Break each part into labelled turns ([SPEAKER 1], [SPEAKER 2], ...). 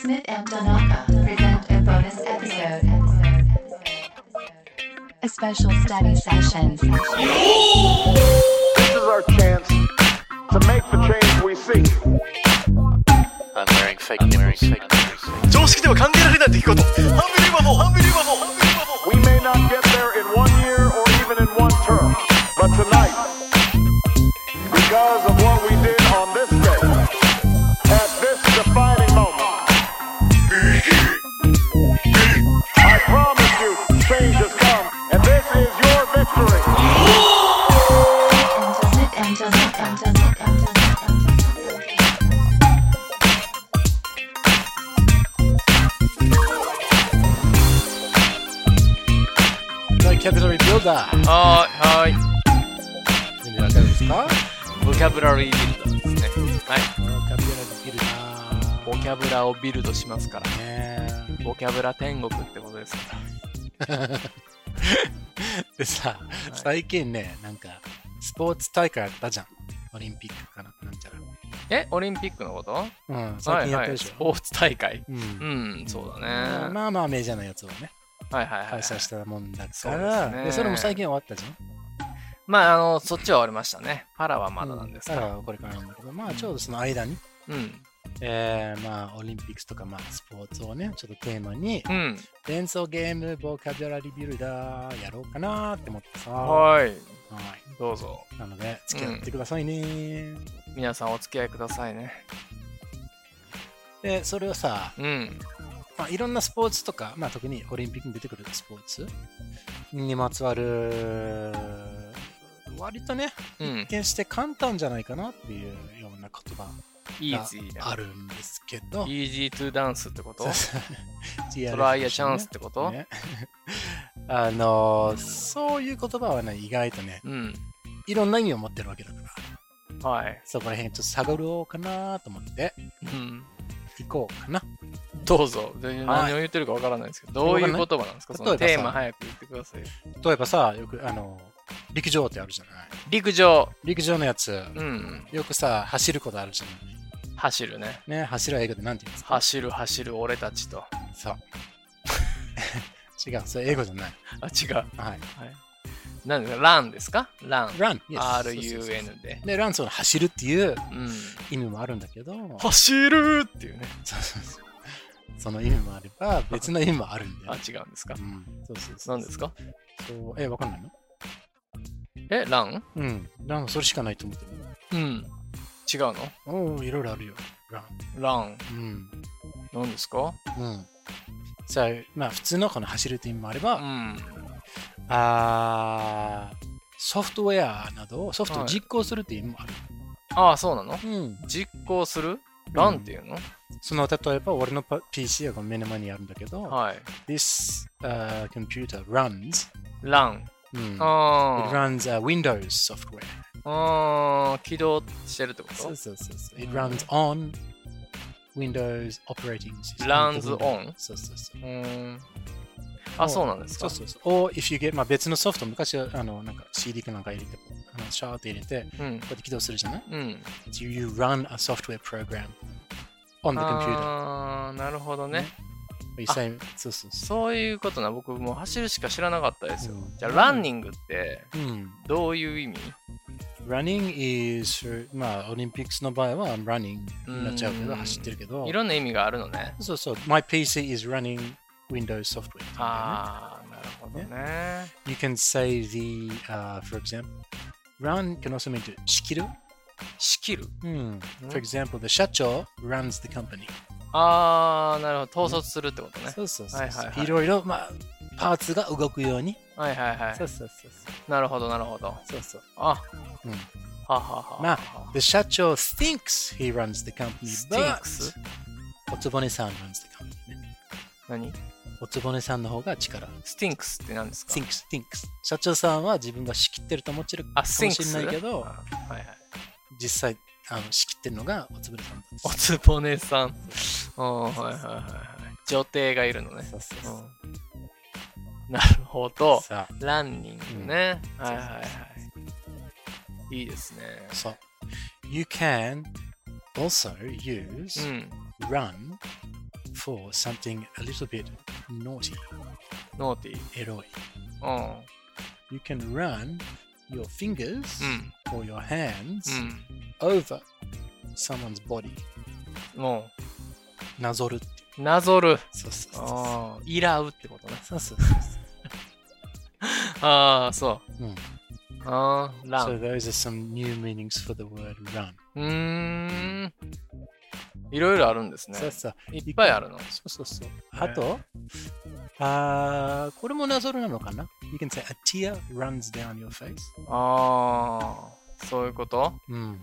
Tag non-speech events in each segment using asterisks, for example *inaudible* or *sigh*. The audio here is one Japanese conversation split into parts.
[SPEAKER 1] Smith and Donaka present a bonus episode. A special study session.
[SPEAKER 2] This is our chance to make the change we seek.
[SPEAKER 3] I'm wearing fake I'm wearing fake nipples.
[SPEAKER 4] 常識では考えられない出来事ハンビリーバボーハンビリーバボーハンビリーバボー
[SPEAKER 2] We may not get there in one year or even in one term, but tonight, because of what we did on this day, at this defining moment, I promise you, change has come, and this is your victory.
[SPEAKER 1] Smith and Donaka. Smith and Donaka.
[SPEAKER 5] Vocabulary Builder
[SPEAKER 3] はーいは
[SPEAKER 5] 準備はいかがですか
[SPEAKER 3] ーいボキャブラリービルドですねはい
[SPEAKER 5] Vocabulary Builder
[SPEAKER 3] ボキャブラをビルドしますから
[SPEAKER 5] ね
[SPEAKER 3] ボキャブラ天国ってことですか
[SPEAKER 5] えでさ、最近ね、なんかスポーツ大会あったじゃん。オリンピックかななんちゃ
[SPEAKER 3] らえオリンピックのこと
[SPEAKER 5] ら。うん、最近や
[SPEAKER 3] はい
[SPEAKER 5] った
[SPEAKER 3] は
[SPEAKER 5] で
[SPEAKER 3] い
[SPEAKER 5] し
[SPEAKER 3] ス
[SPEAKER 5] ょ。
[SPEAKER 3] ポーツ大会
[SPEAKER 5] う
[SPEAKER 3] うんんそうだね
[SPEAKER 5] まあまあメジャーなやつをね、
[SPEAKER 3] はいはいは
[SPEAKER 5] 開
[SPEAKER 3] い
[SPEAKER 5] 催したもんだ
[SPEAKER 3] そう
[SPEAKER 5] か
[SPEAKER 3] です
[SPEAKER 5] ら、
[SPEAKER 3] ね
[SPEAKER 5] でそれも最近終わったじゃん。
[SPEAKER 3] まああのそっちは終わりましたねパラはまだなんです
[SPEAKER 5] か
[SPEAKER 3] から
[SPEAKER 5] これからなんだけど、まあちょうどその間に、
[SPEAKER 3] うん
[SPEAKER 5] えー、まあオリンピックスとかまあスポーツをね、ちょっとテーマに
[SPEAKER 3] う、ん
[SPEAKER 5] 連想ゲーム、ボキャブラリービルダーやろうかなーって思ってさ。
[SPEAKER 3] はーい
[SPEAKER 5] はい
[SPEAKER 3] どうぞ
[SPEAKER 5] なので、付き合ってくださいね、
[SPEAKER 3] 皆さんお付き合いくださいね
[SPEAKER 5] で、それをさ、
[SPEAKER 3] うん
[SPEAKER 5] まあ、いろんなスポーツとか、まあ、特にオリンピックに出てくるスポーツにまつわる、割とね、
[SPEAKER 3] うん
[SPEAKER 5] 一見して簡単じゃないかなっていうような言葉
[SPEAKER 3] イージー
[SPEAKER 5] があ
[SPEAKER 3] な
[SPEAKER 5] るんですけど、 *laughs*
[SPEAKER 3] イージートゥダンスってこと
[SPEAKER 5] ト
[SPEAKER 3] トライアチャンスってこと、 *laughs*
[SPEAKER 5] ねあのーそういう言葉はね、意外とね、
[SPEAKER 3] うん
[SPEAKER 5] いろんな意味を持ってるわけだから、
[SPEAKER 3] はい、
[SPEAKER 5] そこら辺ちょっと探ろうかなと思って、
[SPEAKER 3] うん、
[SPEAKER 5] 行こうかな。
[SPEAKER 3] どうぞ全然
[SPEAKER 5] はい
[SPEAKER 3] 何を言ってるかわからないですけど、どういう言葉なんですか
[SPEAKER 5] しょ
[SPEAKER 3] そう
[SPEAKER 5] がな
[SPEAKER 3] の
[SPEAKER 5] い例
[SPEAKER 3] テ
[SPEAKER 5] え
[SPEAKER 3] ー
[SPEAKER 5] ばさ
[SPEAKER 3] マ早く言ってくださいよ
[SPEAKER 5] 例えばさ、よく、あのー陸上ってあるじゃない。
[SPEAKER 3] 陸上
[SPEAKER 5] 陸上のやつ、
[SPEAKER 3] うん
[SPEAKER 5] よくさ、走ることあるじゃない。
[SPEAKER 3] 走るね
[SPEAKER 5] ね、走るは英語でなんて言うんですか
[SPEAKER 3] 走る走る俺たちと
[SPEAKER 5] そう。違う、 *laughs* それ英語じゃない。
[SPEAKER 3] あ違う、はい、
[SPEAKER 5] はい。
[SPEAKER 3] 何ですかランですかラン
[SPEAKER 5] run。yes
[SPEAKER 3] RUN。で
[SPEAKER 5] で、run、その走るってい
[SPEAKER 3] う
[SPEAKER 5] う
[SPEAKER 3] ん
[SPEAKER 5] 意味もあるんだけど、そう
[SPEAKER 3] 走るっていうね
[SPEAKER 5] そうそう。その意味もあれば、別の意味もあるんだよ
[SPEAKER 3] あ。違うんですか
[SPEAKER 5] うん、そうそうそう。
[SPEAKER 3] 何ですか
[SPEAKER 5] そうえ、わかんないの
[SPEAKER 3] えラン
[SPEAKER 5] うん。run、それしかないと思って
[SPEAKER 3] う
[SPEAKER 5] る。
[SPEAKER 3] ん違うの
[SPEAKER 5] おお、いろいろあるよ。run。
[SPEAKER 3] ラン
[SPEAKER 5] うん。
[SPEAKER 3] 何ですか
[SPEAKER 5] うん。さあ、まあ、普通のこの走るっていう意味もあれば
[SPEAKER 3] う、ん
[SPEAKER 5] あーソフトウェアなどをソフトを
[SPEAKER 3] はい
[SPEAKER 5] 実行するっていう意味もある。
[SPEAKER 3] ああそうなの
[SPEAKER 5] うん、
[SPEAKER 3] 実行するランっていうの、
[SPEAKER 5] その例えば俺のパ PC がこの目の前にあるんだけど、
[SPEAKER 3] はい
[SPEAKER 5] This、uh, computer runs,、
[SPEAKER 3] ラン
[SPEAKER 5] うん、It
[SPEAKER 3] あー
[SPEAKER 5] runs a Windows software.
[SPEAKER 3] あー起動してるってこ
[SPEAKER 5] そう
[SPEAKER 3] と
[SPEAKER 5] そうそうそう。It runs on Windows operating system.
[SPEAKER 3] Runs on？
[SPEAKER 5] そうそうそう
[SPEAKER 3] う。ーんあそうなんです
[SPEAKER 5] そ
[SPEAKER 3] か
[SPEAKER 5] うそうそう。or if you get、まあ、別のソフト、昔はあのなんか CD かなんか入れて、あのシャーって入れて、こ
[SPEAKER 3] うん
[SPEAKER 5] うやって起動するじゃない
[SPEAKER 3] うん
[SPEAKER 5] Do you run a software program on the computer?
[SPEAKER 3] あーなるほどね
[SPEAKER 5] ね実際にそうそうそ
[SPEAKER 3] そういうことな僕もう走るしか知らなかったですよ
[SPEAKER 5] うん
[SPEAKER 3] じゃあランニングって
[SPEAKER 5] う。うん。
[SPEAKER 3] どういう意味
[SPEAKER 5] Hmm. Running is, uh, for- まあ、オリンピックスの場合は I'm Ah, running になっちゃうけ
[SPEAKER 3] う
[SPEAKER 5] ど、
[SPEAKER 3] ん
[SPEAKER 5] 走ってるけど
[SPEAKER 3] い、ろんな意味があるのね
[SPEAKER 5] そうそう、My PC is running Windows software.
[SPEAKER 3] ああなるほどね
[SPEAKER 5] You can say the,、uh, for example, run can also mean to 仕切る。
[SPEAKER 3] 仕切る
[SPEAKER 5] うん
[SPEAKER 3] うん
[SPEAKER 5] For example, the 社長 runs the company.
[SPEAKER 3] ああなるほど統率するってことね
[SPEAKER 5] そうそうそうそう。
[SPEAKER 3] はいいはいはい
[SPEAKER 5] ろいろ、まあ、パーツが動くように。
[SPEAKER 3] はいはいは
[SPEAKER 5] そう
[SPEAKER 3] い
[SPEAKER 5] そうそうそう。
[SPEAKER 3] なるほどなるほど
[SPEAKER 5] そうそう
[SPEAKER 3] あ
[SPEAKER 5] うん
[SPEAKER 3] ははは
[SPEAKER 5] まあ、The 社長 thinks he runs the company, but
[SPEAKER 3] Thinks？
[SPEAKER 5] おつぼねさん runs the company ね。
[SPEAKER 3] 何
[SPEAKER 5] おつぼねさんの方が力。
[SPEAKER 3] スティンクスって何ですか
[SPEAKER 5] thinks, thinks. 社長さんは自分が仕切ってると思ってるか
[SPEAKER 3] あ、
[SPEAKER 5] も
[SPEAKER 3] スインク
[SPEAKER 5] し
[SPEAKER 3] ス
[SPEAKER 5] れないけど、
[SPEAKER 3] はいはい。
[SPEAKER 5] 実際あの仕切ってるのがおつぼねさんだ
[SPEAKER 3] おつぼねさん。うん、はいはいはいはい。女帝がいるのね。
[SPEAKER 5] そうそう
[SPEAKER 3] う、
[SPEAKER 5] そうん
[SPEAKER 3] なるほど。
[SPEAKER 5] さ
[SPEAKER 3] ランニングね。はいはいはい。いいですね。
[SPEAKER 5] あ、そう。You can also
[SPEAKER 3] う
[SPEAKER 5] use
[SPEAKER 3] ん。
[SPEAKER 5] run for something a little bit naughty,
[SPEAKER 3] ノーティ
[SPEAKER 5] eroy.
[SPEAKER 3] ー。
[SPEAKER 5] You can run your fingers
[SPEAKER 3] うん。うん。
[SPEAKER 5] or your hands
[SPEAKER 3] う
[SPEAKER 5] over someone's body.
[SPEAKER 3] ん。も
[SPEAKER 5] なぞるって。
[SPEAKER 3] う、なぞる。
[SPEAKER 5] そうそうそうそ
[SPEAKER 3] ああ、いらうってことね。
[SPEAKER 5] う。そうそうそうそ。
[SPEAKER 3] *laughs* ああ、そう
[SPEAKER 5] うん。
[SPEAKER 3] う。ああ、ラ
[SPEAKER 5] So
[SPEAKER 3] ン。
[SPEAKER 5] those are some new meanings for the word run.
[SPEAKER 3] うーん。いろいろあるんですね。
[SPEAKER 5] そうそう。
[SPEAKER 3] いっぱいあるの。
[SPEAKER 5] そうそうそう。あと、あーこれもなぞるなのかな ?You can say a tear runs down your face.
[SPEAKER 3] ああ、そういうこと
[SPEAKER 5] うん。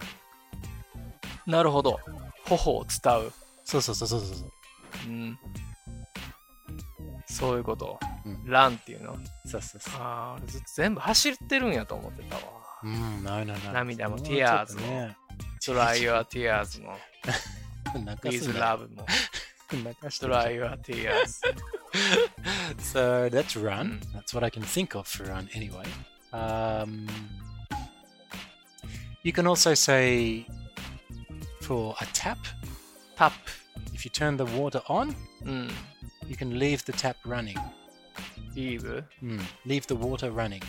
[SPEAKER 3] なるほど。頬を伝う。
[SPEAKER 5] そうそうそうそうそう。
[SPEAKER 3] うん。そういうこと。
[SPEAKER 5] うん
[SPEAKER 3] ランっていうの。
[SPEAKER 5] そうそうそう。
[SPEAKER 3] ああ、俺ずっと全部走ってるんやと思ってたわ。
[SPEAKER 5] うん、ないないない。
[SPEAKER 3] 涙も tears
[SPEAKER 5] う
[SPEAKER 3] も
[SPEAKER 5] ちょっとね。
[SPEAKER 3] Dry Your Tears
[SPEAKER 5] *laughs*
[SPEAKER 3] も、
[SPEAKER 5] 泣か
[SPEAKER 3] With
[SPEAKER 5] すな。
[SPEAKER 3] Love も、
[SPEAKER 5] 泣かして
[SPEAKER 3] Dry Your Tears。
[SPEAKER 5] *laughs* So that's
[SPEAKER 3] Mm.
[SPEAKER 5] run. That's what I can think of for run anyway. Um, you can also say for a tap,
[SPEAKER 3] タップ。
[SPEAKER 5] if you turn the water on,
[SPEAKER 3] うん。
[SPEAKER 5] you can leave the tap running.
[SPEAKER 3] リーブ
[SPEAKER 5] Mm. Leave the water running.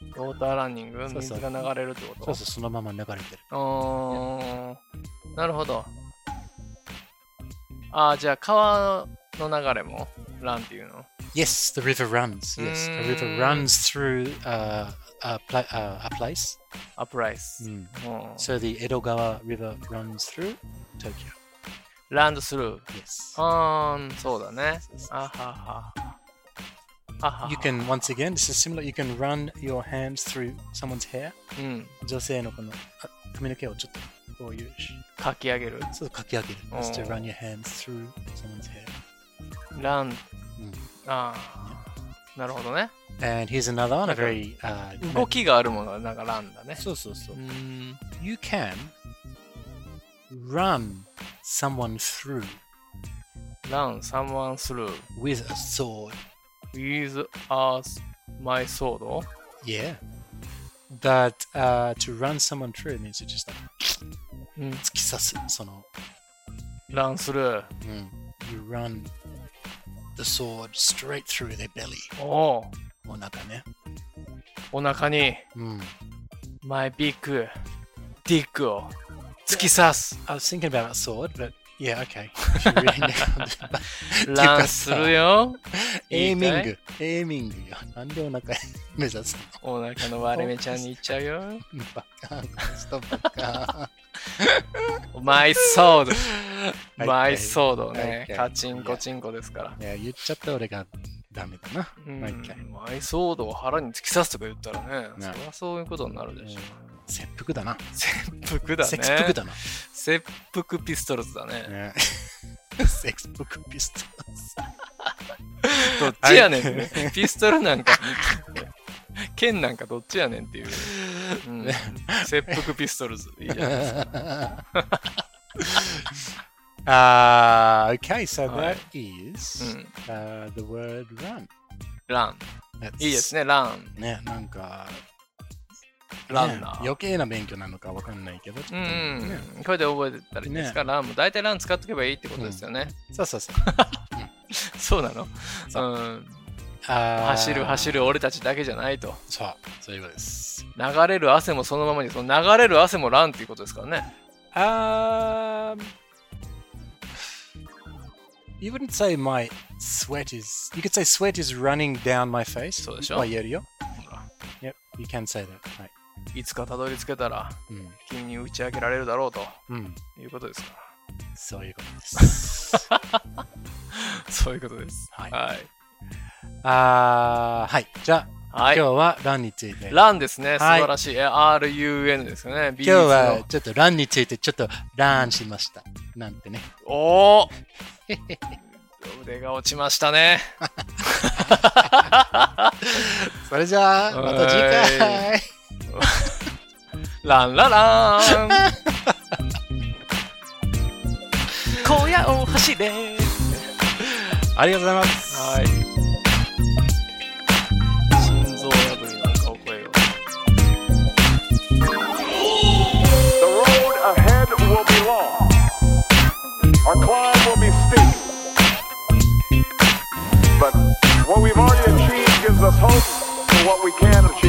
[SPEAKER 3] ウォーターランニング
[SPEAKER 5] そうそ
[SPEAKER 3] 水
[SPEAKER 5] う
[SPEAKER 3] が流れるってこと
[SPEAKER 5] そうそうそのまま流れてる。
[SPEAKER 3] あーなるほど。ああ、じゃあ川の流れもランっていうの
[SPEAKER 5] Yes, the river runs. Yes, the river
[SPEAKER 3] Mm.
[SPEAKER 5] runs through uh, a, pla- uh, a place.
[SPEAKER 3] アップライス。
[SPEAKER 5] Mm.
[SPEAKER 3] うん
[SPEAKER 5] So the Edogawa River runs through Tokyo.
[SPEAKER 3] ランドスルー。
[SPEAKER 5] Yes.
[SPEAKER 3] あーん、そうだね。あはは。あはは
[SPEAKER 5] You can once again, this is similar. You can run your hands through someone's hair.
[SPEAKER 3] うん、
[SPEAKER 5] 女性のこのあ髪の毛をちょっとこういうし、
[SPEAKER 3] かき上げる。
[SPEAKER 5] ちょっとかき上げる。
[SPEAKER 3] うん
[SPEAKER 5] Just to run your hands through someone's hair.
[SPEAKER 3] ラン。
[SPEAKER 5] うん
[SPEAKER 3] ああ、なるほどね。
[SPEAKER 5] And here's another one, a
[SPEAKER 3] なんか
[SPEAKER 5] very. Uh,
[SPEAKER 3] 動きがあるものはなんかランだね。
[SPEAKER 5] そうそうそう
[SPEAKER 3] うー。ん。
[SPEAKER 5] You can run someone through
[SPEAKER 3] ラン、someone through
[SPEAKER 5] with a sword.
[SPEAKER 3] with us my sword?
[SPEAKER 5] Yeah. But uh, to run someone through means to just like
[SPEAKER 3] うん。
[SPEAKER 5] 突き刺すその。
[SPEAKER 3] ランスルー。
[SPEAKER 5] うん、you run the sword straight through their belly.
[SPEAKER 3] おお、
[SPEAKER 5] お腹ね。
[SPEAKER 3] お腹に、
[SPEAKER 5] うん。
[SPEAKER 3] マイビッグ、ディックを突き刺す。
[SPEAKER 5] I was thinking about a sword, but yeah, okay. If you really nailed it.
[SPEAKER 3] ランするよ。
[SPEAKER 5] エイミン
[SPEAKER 3] 言い
[SPEAKER 5] グ、エイミングよ。なんでお *laughs* 腹目指す
[SPEAKER 3] たい。お腹の割れ目ちゃんに行っちゃうよ。
[SPEAKER 5] のバ *laughs* カ、この人バカ。
[SPEAKER 3] マイソード。
[SPEAKER 5] い
[SPEAKER 3] マイソードね。
[SPEAKER 5] はい
[SPEAKER 3] カチンコチンコですから。
[SPEAKER 5] いや、言っちゃった俺がダメだな。
[SPEAKER 3] うん
[SPEAKER 5] はいはい
[SPEAKER 3] マイソードを腹に突き刺すとか言ったらね、
[SPEAKER 5] ね
[SPEAKER 3] そりゃそういうことになるでしょ。
[SPEAKER 5] 切腹だな。
[SPEAKER 3] 切腹だね。
[SPEAKER 5] 切腹だな。
[SPEAKER 3] 切腹ピストルズだね。
[SPEAKER 5] ね切腹ピスト
[SPEAKER 3] どっちやねん
[SPEAKER 5] は
[SPEAKER 3] ね。ピストルなんか、剣なんかどっちやねんっていう。うん切腹ピストルズ。いい
[SPEAKER 5] *laughs*
[SPEAKER 3] じゃないですか。
[SPEAKER 5] ル。Ah, okay, so
[SPEAKER 3] はい
[SPEAKER 5] that is
[SPEAKER 3] うん
[SPEAKER 5] uh, the word run.
[SPEAKER 3] ラン。
[SPEAKER 5] That's-
[SPEAKER 3] いいですね、ラン。
[SPEAKER 5] ね、なんか、
[SPEAKER 3] ランナ
[SPEAKER 5] ね
[SPEAKER 3] ー。
[SPEAKER 5] 余計な勉強なのかわかんないけど。
[SPEAKER 3] うんうん、
[SPEAKER 5] ね
[SPEAKER 3] これで覚えてたらいいですか、ランも大体ラン使っておけばいいってことですよね。
[SPEAKER 5] そうそうそう。
[SPEAKER 3] そうなの。
[SPEAKER 5] そううんあー
[SPEAKER 3] 走る走。る俺たちだけじゃないと。
[SPEAKER 5] そう、そういうことです。
[SPEAKER 3] 流れる汗もそのままに、その流れる汗もランっていうことですからね。
[SPEAKER 5] あー um, You wouldn't say my sweat is. You could say sweat is running down my face.
[SPEAKER 3] そうでしょ
[SPEAKER 5] まあ言えるよ。
[SPEAKER 3] ほら
[SPEAKER 5] Yep, you can say that. Hmm. はい。
[SPEAKER 3] いつかたどり着けたら
[SPEAKER 5] うん。
[SPEAKER 3] 君に打ち上げられるだろうと
[SPEAKER 5] うん。
[SPEAKER 3] いうことですか
[SPEAKER 5] そういうことです。 *laughs*
[SPEAKER 3] ら。そういうことです。
[SPEAKER 5] はい
[SPEAKER 3] はい。
[SPEAKER 5] あーはい。じゃあ、
[SPEAKER 3] はい
[SPEAKER 5] 今日はランについて。
[SPEAKER 3] ランですね。素
[SPEAKER 5] はい
[SPEAKER 3] 晴らしい。え RUN ですよね。今
[SPEAKER 5] 今日はちょっとランについてちょっとランしました。なんてね。
[SPEAKER 3] おお *laughs* 腕が落ちましたね。
[SPEAKER 5] それじゃあ、また次
[SPEAKER 3] は
[SPEAKER 5] 回。
[SPEAKER 3] ランララー *laughs* ン *laughs* 荒野を走れ
[SPEAKER 5] *laughs* ありがとうございます。
[SPEAKER 3] はい心臓破りの顔声を
[SPEAKER 2] The road ahead will be long. Our climb will be steep. but what we've already achieved gives us hope for what we can achieve.